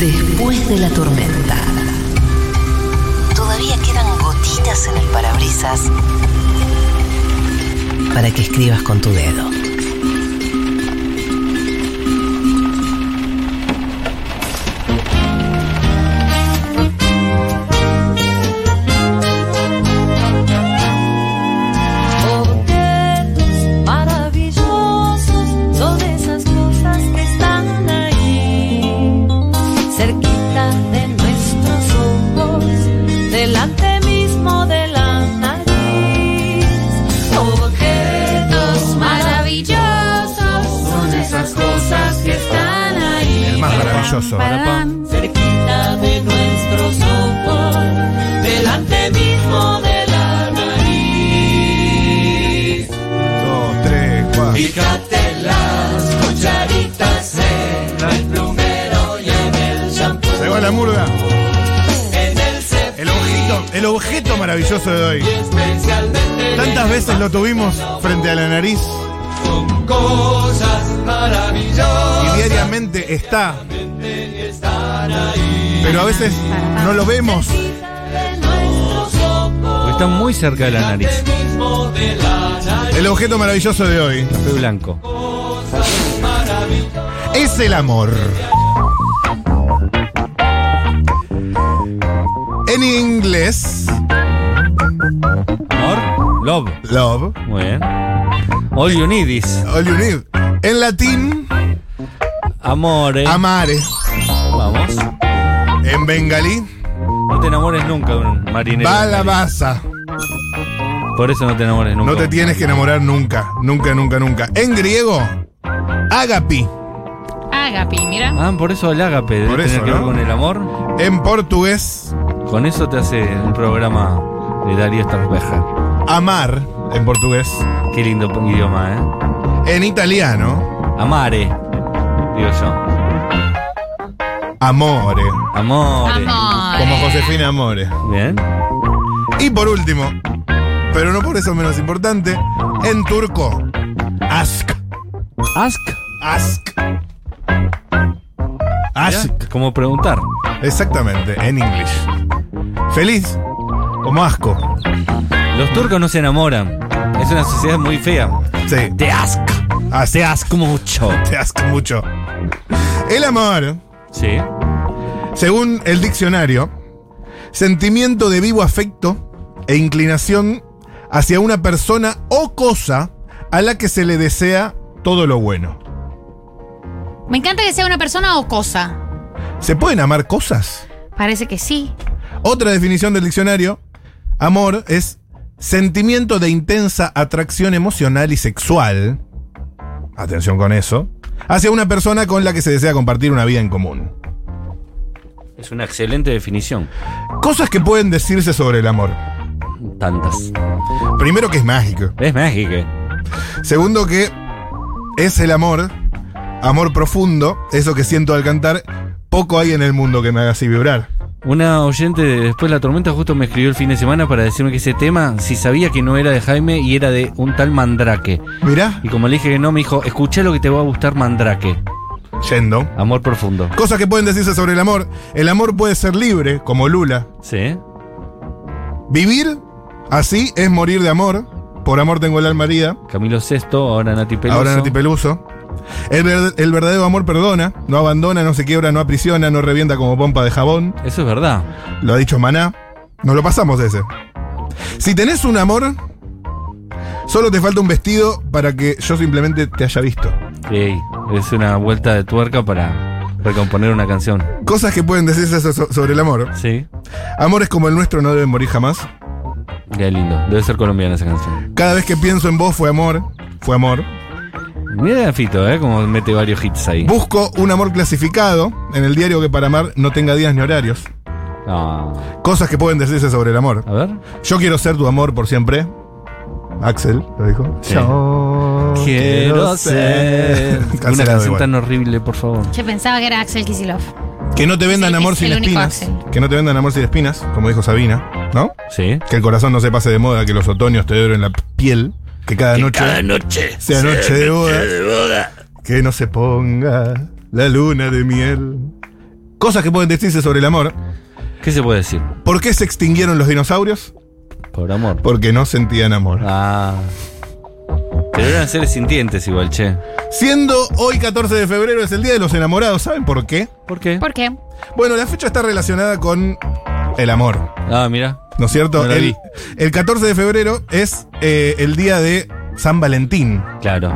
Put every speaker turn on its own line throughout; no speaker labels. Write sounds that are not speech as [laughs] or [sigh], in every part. Después de la tormenta. Todavía quedan gotitas en el parabrisas para que escribas con tu dedo.
Objetos maravillosos son esas cosas que están ahí, cerquita de nuestros ojos, delante mismo de la nariz. Objetos maravillosos son esas cosas que están ahí.
El más maravilloso.
Parapam, cerquita de nuestros ojos, delante mismo de la nariz.
Dos, tres, cuatro.
Fíjate las cucharitas en el plumero y en el shampoo.
Se va la murga.
En el cepillo
El objeto, el objeto maravilloso de hoy.
especialmente
Tantas veces lo tuvimos frente a la nariz
con cosas maravillosas.
y diariamente está. Pero a veces no lo vemos.
Porque está muy cerca de la nariz.
El objeto maravilloso de hoy
Café blanco.
es el amor. En inglés,
Amor. Love.
love,
Muy bien. All you need is
all you need. En latín,
amore.
amare.
eh. Vamos.
En bengalí,
No te enamores nunca de un marinero.
balabasa.
Por eso no te enamores nunca.
No te tienes que enamorar nunca, nunca, nunca, nunca. En griego, agapi.
Agapi, mira.
Ah, por eso el ágape. Debe
Por eso,
tener que ver
¿no?
con el amor.
En portugués,
Con eso te hace el programa de Darío Starveja.
amar. En portugués.
Qué lindo idioma, ¿eh?
En italiano,
Amare. Digo yo.
amore.
Amore.
Amor.
Como Josefina Amore.
Bien.
Y por último, pero no por eso menos importante, en turco, ask.
Ask.
Ask. Ask.
Mirá, Como preguntar.
Exactamente, en inglés. Feliz. Como asco.
Los turcos no se enamoran. Es una sociedad muy fea.
Sí.
Te ask.
ask.
Te ask mucho.
[laughs] Te ask mucho. El amor.
Sí.
Según el diccionario, sentimiento de vivo afecto e inclinación hacia una persona o cosa a la que se le desea todo lo bueno.
Me encanta que sea una persona o cosa.
¿Se pueden amar cosas?
Parece que sí.
Otra definición del diccionario, amor es sentimiento de intensa atracción emocional y sexual. Atención con eso. Hacia una persona con la que se desea compartir una vida en común.
Es una excelente definición.
Cosas que pueden decirse sobre el amor.
Tantas.
Primero que es mágico.
Es mágico.
Segundo que es el amor, amor profundo, eso que siento al cantar. Poco hay en el mundo que me haga así vibrar.
Una oyente de Después de la Tormenta justo me escribió el fin de semana para decirme que ese tema, si sabía que no era de Jaime y era de un tal Mandrake.
Mirá,
Y como le dije que no, me dijo, escuché lo que te va a gustar Mandrake.
yendo.
Amor profundo.
Cosas que pueden decirse sobre el amor. El amor puede ser libre, como Lula.
Sí.
Vivir así es morir de amor. Por amor tengo el alma herida.
Camilo VI, ahora Nati Peluso.
Ahora Nati Peluso. El, ver- el verdadero amor perdona, no abandona, no se quiebra, no aprisiona, no revienta como pompa de jabón.
Eso es verdad.
Lo ha dicho Maná. Nos lo pasamos ese. Si tenés un amor, solo te falta un vestido para que yo simplemente te haya visto.
Ey, es una vuelta de tuerca para recomponer una canción.
Cosas que pueden decirse so- so- sobre el amor.
Sí.
Amores como el nuestro no deben morir jamás.
Qué lindo. Debe ser colombiana esa canción.
Cada vez que pienso en vos fue amor. Fue amor.
Mira Fito, ¿eh? Como mete varios hits ahí.
Busco un amor clasificado en el diario que para amar no tenga días ni horarios.
Ah,
Cosas que pueden decirse sobre el amor.
a ver.
Yo quiero ser tu amor por siempre. Axel lo dijo.
Sí.
Yo
Quiero ser. Una
Cancelado
canción
igual.
tan horrible, por favor.
Yo pensaba que era Axel Kisilov.
Que no te vendan
Es el-
amor
es
sin
el único
espinas.
Axel.
Que no te vendan amor sin espinas, como dijo Sabina, ¿no?
Sí.
Que el corazón no se pase de moda, que los otoños te duren la piel, que cada noche
noche.
sea noche de boda, que no se ponga la luna de miel. Cosas que pueden decirse sobre el amor.
¿Qué se puede decir?
¿Por qué se extinguieron los dinosaurios?
Por amor.
Porque no sentían amor.
Ah. Pero eran seres sintientes igual, che.
Siendo hoy 14 de febrero es el Día de los Enamorados, ¿saben por qué?
¿Por qué?
¿Por qué?
Bueno, la fecha está relacionada con el amor,
Ah, mira.
¿no es cierto?
No la
el,
vi.
el 14 de febrero es eh, el día de San Valentín.
Claro.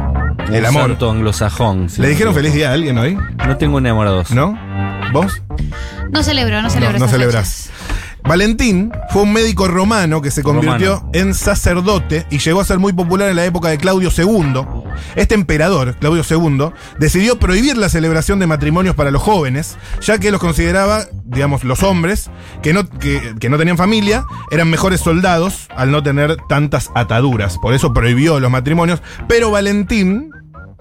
Un
El amor.
santo anglosajón. sí.
¿Le dijeron feliz día a alguien hoy?
No tengo enamorados.
¿No? ¿Vos?
No celebro, no celebro.
no
esas
celebrás.
fechas.
Valentín fue un médico romano que se convirtió
Romano.
en sacerdote y llegó a ser muy popular en la época de Claudio II. Este emperador, Claudio II, decidió prohibir la celebración de matrimonios para los jóvenes, ya que los consideraba, digamos, los hombres que no, que- que no tenían familia, eran mejores soldados al no tener tantas ataduras. Por eso prohibió los matrimonios. Pero Valentín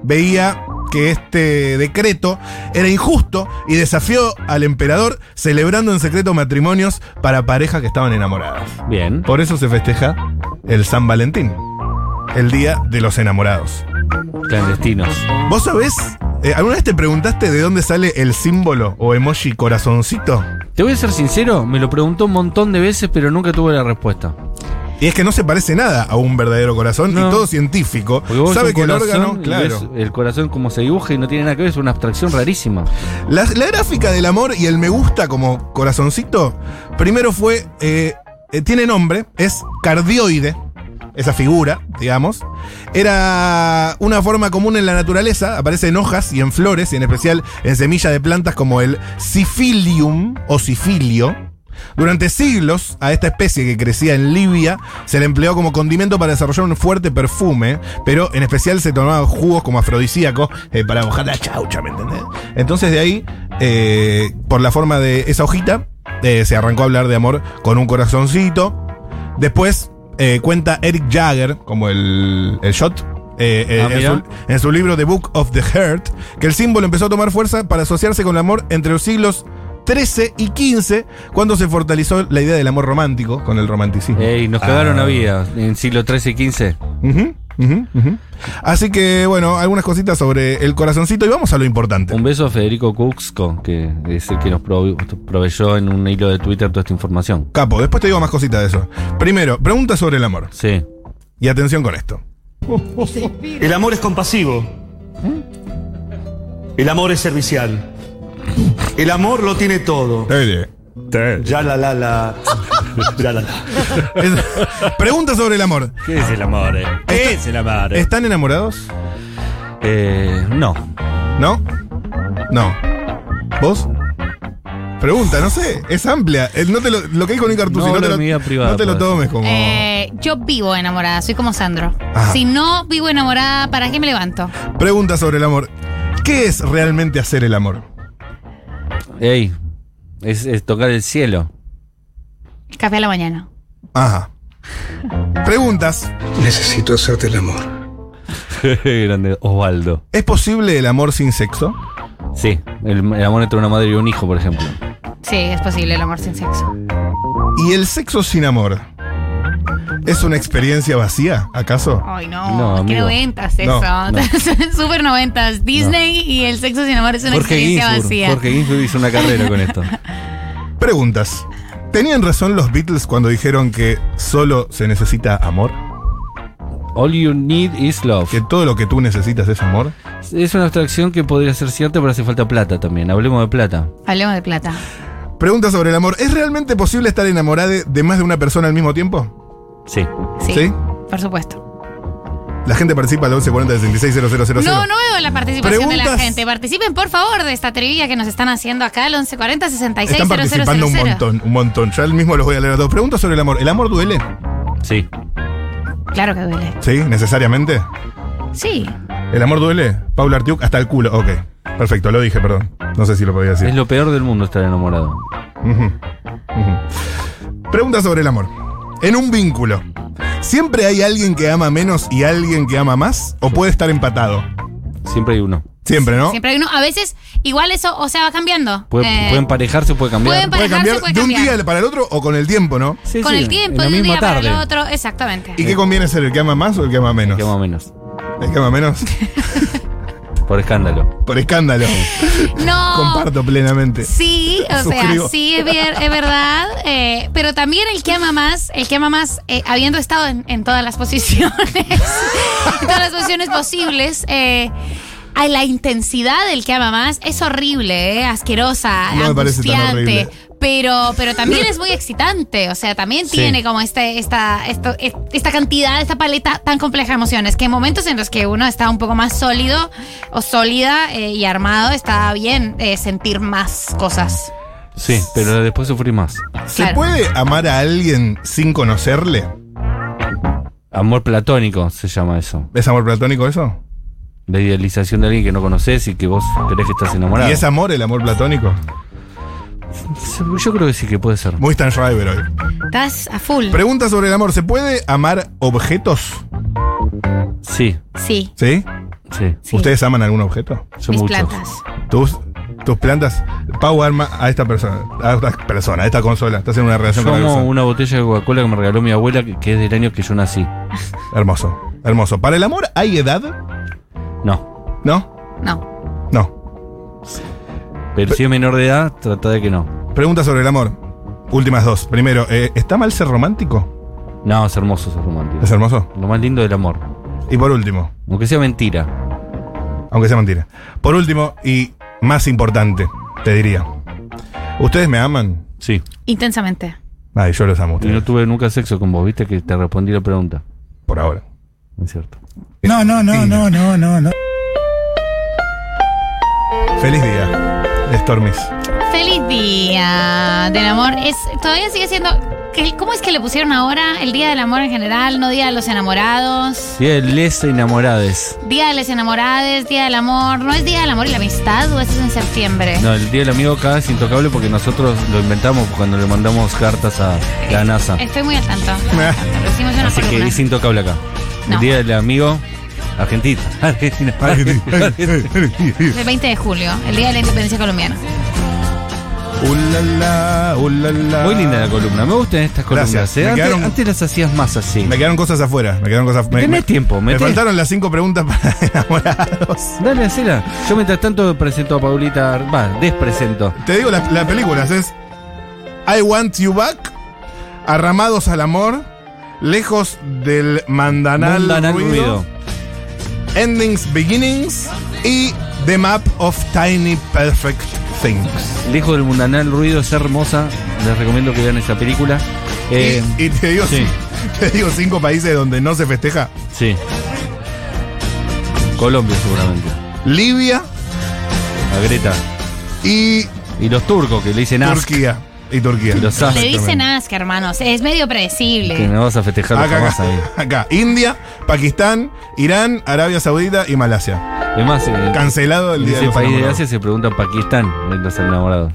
veía que este decreto era injusto y desafió al emperador celebrando en secreto matrimonios para parejas que estaban enamoradas.
Bien.
Por eso se festeja el San Valentín, el Día de los Enamorados.
Clandestinos.
¿Vos sabés? eh, ¿Alguna vez te preguntaste de dónde sale el símbolo o emoji corazoncito?
Te voy a ser sincero, me lo preguntó un montón de veces, pero nunca tuve la respuesta.
Y es que no se parece nada a un verdadero corazón
No.
y todo científico
Porque vos
sabe
ves
que
un
el
corazón
órgano,
y
claro.
ves el corazón como se dibuja y no tiene nada que ver, es una abstracción rarísima.
La, la gráfica del amor y el me gusta como corazoncito, primero fue, eh, eh, tiene nombre, es cardioide, esa figura, digamos. Era una forma común en la naturaleza, aparece en hojas y en flores, y en especial en semillas de plantas como el sifilium o sifilio. Durante siglos, a esta especie que crecía en Libia se le empleó como condimento para desarrollar un fuerte perfume, pero en especial se tomaban jugos como afrodisíacos eh, para mojar la chaucha, ¿me entendés? Entonces, de ahí, eh, por la forma de esa hojita, eh, se arrancó a hablar de amor con un corazoncito. Después eh, cuenta Eric Jagger, como el, el shot, eh, eh,
Ah,
en,
mira.
su, en su libro The Book of the Heart, que el símbolo empezó a tomar fuerza para asociarse con el amor entre los siglos XIII y XV, cuando se fortaleció la idea del amor romántico con el romanticismo.
Ey, nos
Ah.
cagaron a vida en siglo XIII y XV.
Ujú, ujú, ujú. Así que, bueno, algunas cositas sobre el corazoncito y vamos a lo importante.
Un beso a Federico Cuxco, que es el que nos pro- proveyó en un hilo de Twitter toda esta información.
Capo, después te digo más cositas de eso. Primero, pregunta sobre el amor.
Sí.
Y atención con esto.
El amor es compasivo. El amor es servicial. El amor lo tiene todo.
[laughs] Eh.
Ya la la la. Ya la la.
Es- pregunta sobre el amor.
¿Qué es el amor?
¿Qué
es el amor?
¿Están enamorados?
Eh, no.
¿No? No. ¿Vos? Pregunta, no sé, es amplia. Eh, No te lo, lo que dijo Nick Artusi,
No
no, te
hablo
lo,
de mi vida privada,
no te lo
puede
tomes como.
Eh, yo vivo enamorada, soy como Sandro.
Ah.
Si no Oh, vivo enamorada, ¿para qué me levanto?
Pregunta sobre el amor. ¿Qué es realmente hacer el amor?
Ey, es, es tocar el cielo.
Café a la mañana.
Ajá. Preguntas.
Necesito hacerte el amor.
[laughs] Grande Osvaldo.
¿Es posible el amor sin sexo?
Sí, el, el amor entre una madre y un hijo, por ejemplo.
Sí, es posible el amor sin sexo.
¿Y el sexo sin amor? ¿Es una experiencia vacía, acaso?
Ay, no.
No,
qué
amigo.
noventas eso.
No,
[laughs]
no.
Súper noventas. Disney y el sexo sin amor es una
Jorge
experiencia
Ginsburg,
vacía.
Jorge Ginsburg hizo una carrera con
[laughs]
esto.
Preguntas. ¿Tenían razón los Beatles cuando dijeron que solo se necesita amor?
All you need is love.
¿Que todo lo que tú necesitas es amor?
Es una abstracción que podría ser cierta, pero hace falta plata también. Hablemos de plata.
Hablemos de plata.
Pregunta sobre el amor. ¿Es realmente posible estar enamorada de, de más de una persona al mismo tiempo?
Sí.
Sí.
¿Sí?
Por supuesto.
La gente participa al 1140-660000.
No, no veo la participación de la
Preguntas.
gente. Participen, por favor, de esta trivia que nos están haciendo acá al 1140 66
Están participando un montón, un montón. Ya el mismo los voy a leer a todos. Preguntas sobre el amor. ¿El amor duele?
Sí.
Claro que duele.
¿Sí? ¿Necesariamente?
Sí.
¿El amor duele? Paula Artiuk, hasta el culo. Ok. Perfecto, lo dije, perdón. No sé si lo podía decir.
Es lo peor del mundo estar enamorado.
Ujú, ujú. Pregunta sobre el amor. En un vínculo, ¿siempre hay alguien que ama menos y alguien que ama más? ¿O puede estar empatado?
Siempre hay uno.
Siempre, ¿no?
Siempre hay uno. A veces, igual eso, o sea, va cambiando.
Puede,
Eh,
puede emparejarse, puede cambiar.
pueden
Puede
Emparejarse,
cambiar
puede
de un
cambiar.
día para el otro o con el tiempo, ¿no?
Sí,
con
sí,
el tiempo,
en
de
la
un día
misma tarde.
para el otro. Exactamente.
¿Y qué conviene ser el que ama más o el que ama menos?
Que más o menos.
El que ama menos.
Por escándalo.
Por
[laughs]
escándalo.
No.
Comparto plenamente.
Ah. Sí, o
Suscribo.
sea, sí es, ver- es verdad, eh, pero también el que ama más, el que ama más, eh, habiendo estado en, en todas las posiciones, [laughs] en todas las posiciones posibles, eh, a la intensidad del que ama más es horrible, eh, asquerosa,
No me parece tan
angustiante.
horrible.
Pero, pero también es muy excitante, o sea, también
Sí.
tiene como este, esta, esto- e- esta cantidad, esta paleta tan compleja de emociones, que en momentos en los que uno está un poco más sólido o sólida eh, y armado, está bien eh, sentir más cosas.
Sí, pero después sufrí más.
¿Se
Claro.
puede amar a alguien sin conocerle?
Amor platónico se llama eso.
¿Es amor platónico eso?
La idealización de alguien que no conoces y que vos crees que estás enamorado.
¿Y es amor el amor platónico?
Yo creo que sí que puede ser.
Muy Stan Schreiber hoy.
Estás a full.
Pregunta sobre el amor. ¿Se puede amar objetos?
Sí,
sí.
¿Sí?
sí.
sí.
¿Ustedes aman algún objeto?
Son
Mis
muchos.
plantas.
¿Tus, tus plantas? Pau arma a esta persona, a esta persona, a esta consola. Estás en una
Yo
relación con la
amo
persona.
una botella de Coca-Cola que me regaló mi abuela, que que es del año que yo nací.
Hermoso, hermoso. ¿Para el amor hay edad?
No.
¿No?
No.
No.
Pero si es menor de edad, trata de que no.
Pregunta sobre el amor. Últimas dos. Primero, eh, ¿está mal ser romántico?
No, es hermoso ser romántico.
¿Es hermoso?
Lo más lindo del amor.
Y por último,
Aunque sea mentira.
aunque sea mentira. Por último, y más importante, te diría. ¿Ustedes me aman?
Sí.
Intensamente.
Ay, yo los amo a
Y no
ustedes.
tuve nunca sexo con vos, viste que te respondí la pregunta.
Por ahora.
No Es cierto.
No, no, no, no, no, no, no.
Feliz día, Stormis.
Feliz día del amor. Es, todavía sigue siendo. ¿qué- ¿Cómo es que le pusieron ahora el día del amor en general? No día de los enamorados.
Día de les enamorades.
Día de los enamorados, día del amor. ¿No es día del amor y la amistad o eso es en septiembre?
No, el día del amigo acá es intocable porque nosotros lo inventamos cuando le mandamos cartas a la NASA.
Estoy muy
[laughs]
al tanto. Lo hicimos en una
Así que
columna.
es intocable acá. El
No.
día del amigo argentino. Argentina. [laughs]
El 20 de julio, el día de la independencia colombiana.
Ulala, ulala.
Muy linda la columna. Me gustan estas columnas.
Gracias.
eh.
Me
Antes,
quedaron-
antes las hacías más así.
Me quedaron cosas afuera. Me quedaron cosas me-
Tenés
me-
tiempo,
Me
metés.
faltaron las cinco preguntas para [laughs] enamorados.
Dale, hacela. Yo mientras tanto presento a Paulita. Ar- Va, despresento.
Te digo las las películas, es I Want You Back, Arramados al Amor, Lejos del Mandanal,
Mundanal
ruido,
ruido.
Endings Beginnings y The Map of Tiny Perfect Things.
Lejos del mundanal ruido es hermosa. Les recomiendo que vean esa película. Eh,
y, y te digo,
sí.
[laughs] te digo cinco países donde no se festeja.
sí. Colombia seguramente.
Libia
A Greta.
y
Y los turcos que le dicen ask.
Turquía. Y Turquía.
Y los ask.
Le dicen
también.
asca, hermanos. Es medio
Que
predecible.
me vas a festejar
Acá,
jamás ahí.
acá, acá. India, Pakistán, Irán, Arabia Saudita y Malasia.
Es más, eh,
Cancelado el
en
día de
ese
los
país de
enamorados.
Asia se pregunta Pakistán de los enamorados.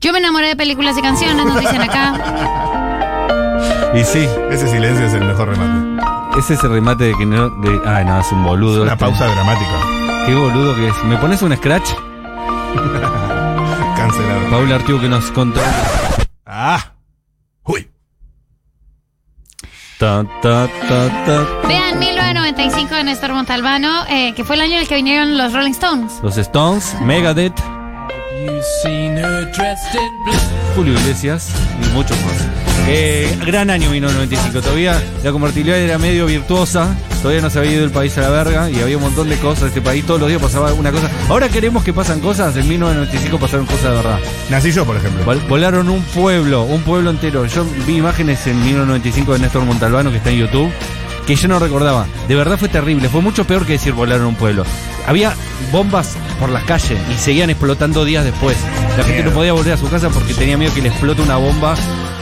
Yo me enamoré de películas y canciones, nos dicen
[laughs]
acá.
Y sí,
Ese silencio es el mejor remate.
es ese remate de que no. De, ay, no, es un boludo.
Una
este.
pausa dramática.
Qué boludo que es. ¿Me pones un scratch?
Cancelado.
Paula Artigo que nos contó.
Ah. Uy.
Ta, ta, ta, ta.
Vean 1995 de Néstor Montalbano, eh, que fue el año en el que vinieron los Rolling Stones.
Los Stones, Megadeth, Julio Iglesias y muchos más. Eh, gran año vino el 95. Todavía la convertibilidad era medio virtuosa. Todavía no se había ido el país a la verga y había un montón de cosas. Este país todos los días pasaba una cosa. Ahora queremos que pasan cosas. En 1995 pasaron cosas de verdad.
Nací yo, por ejemplo.
Vol- Volaron un pueblo, un pueblo entero. Yo vi imágenes en 1995 de Néstor Montalbano que está en YouTube que yo no recordaba. De verdad fue terrible, fue mucho peor que decir volaron un pueblo. Había bombas por las calles y seguían explotando días después. La gente no podía volver a su casa porque tenía miedo que le explote una bomba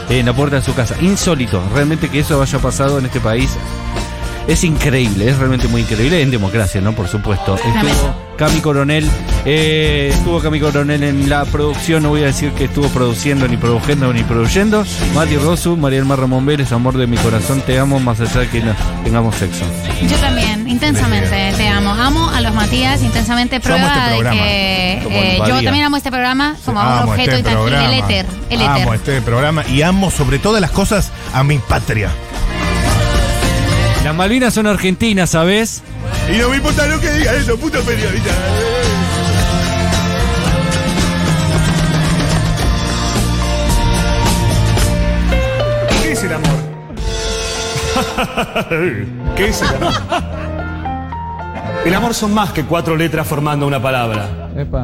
en la puerta de su casa. Insólito, realmente que eso haya pasado en este país. Es increíble, es realmente muy increíble. En democracia, ¿no? Por supuesto. Estuvo Cami Coronel. eh, estuvo Cami Coronel en la producción. No voy a decir que estuvo produciendo, ni produciendo, ni produyendo. Mati Rosu, María Mar Ramón Vélez, amor de mi corazón, te amo, más allá de que no tengamos sexo.
Yo también, intensamente, te amo. Amo a los Matías, intensamente
Yo amo
prueba
este programa,
de que
como el
eh, yo
Badía.
también amo este programa como amo un objeto
este
intangible, el éter, el éter.
amo este programa y amo sobre todas las cosas a mi patria.
Las Malvinas son argentinas, ¿sabes?
Y no me importa lo que digan esos putos periodistas. ¿Qué es el amor? ¿Qué es el
[laughs]
amor? El amor son más que cuatro letras formando una palabra.
Epa.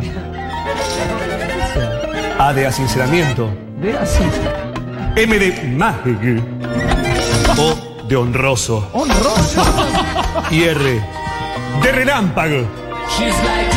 A de asinceramiento.
De así.
M de mágico. O de honroso.
Honroso.
Y R de relámpago.
She's like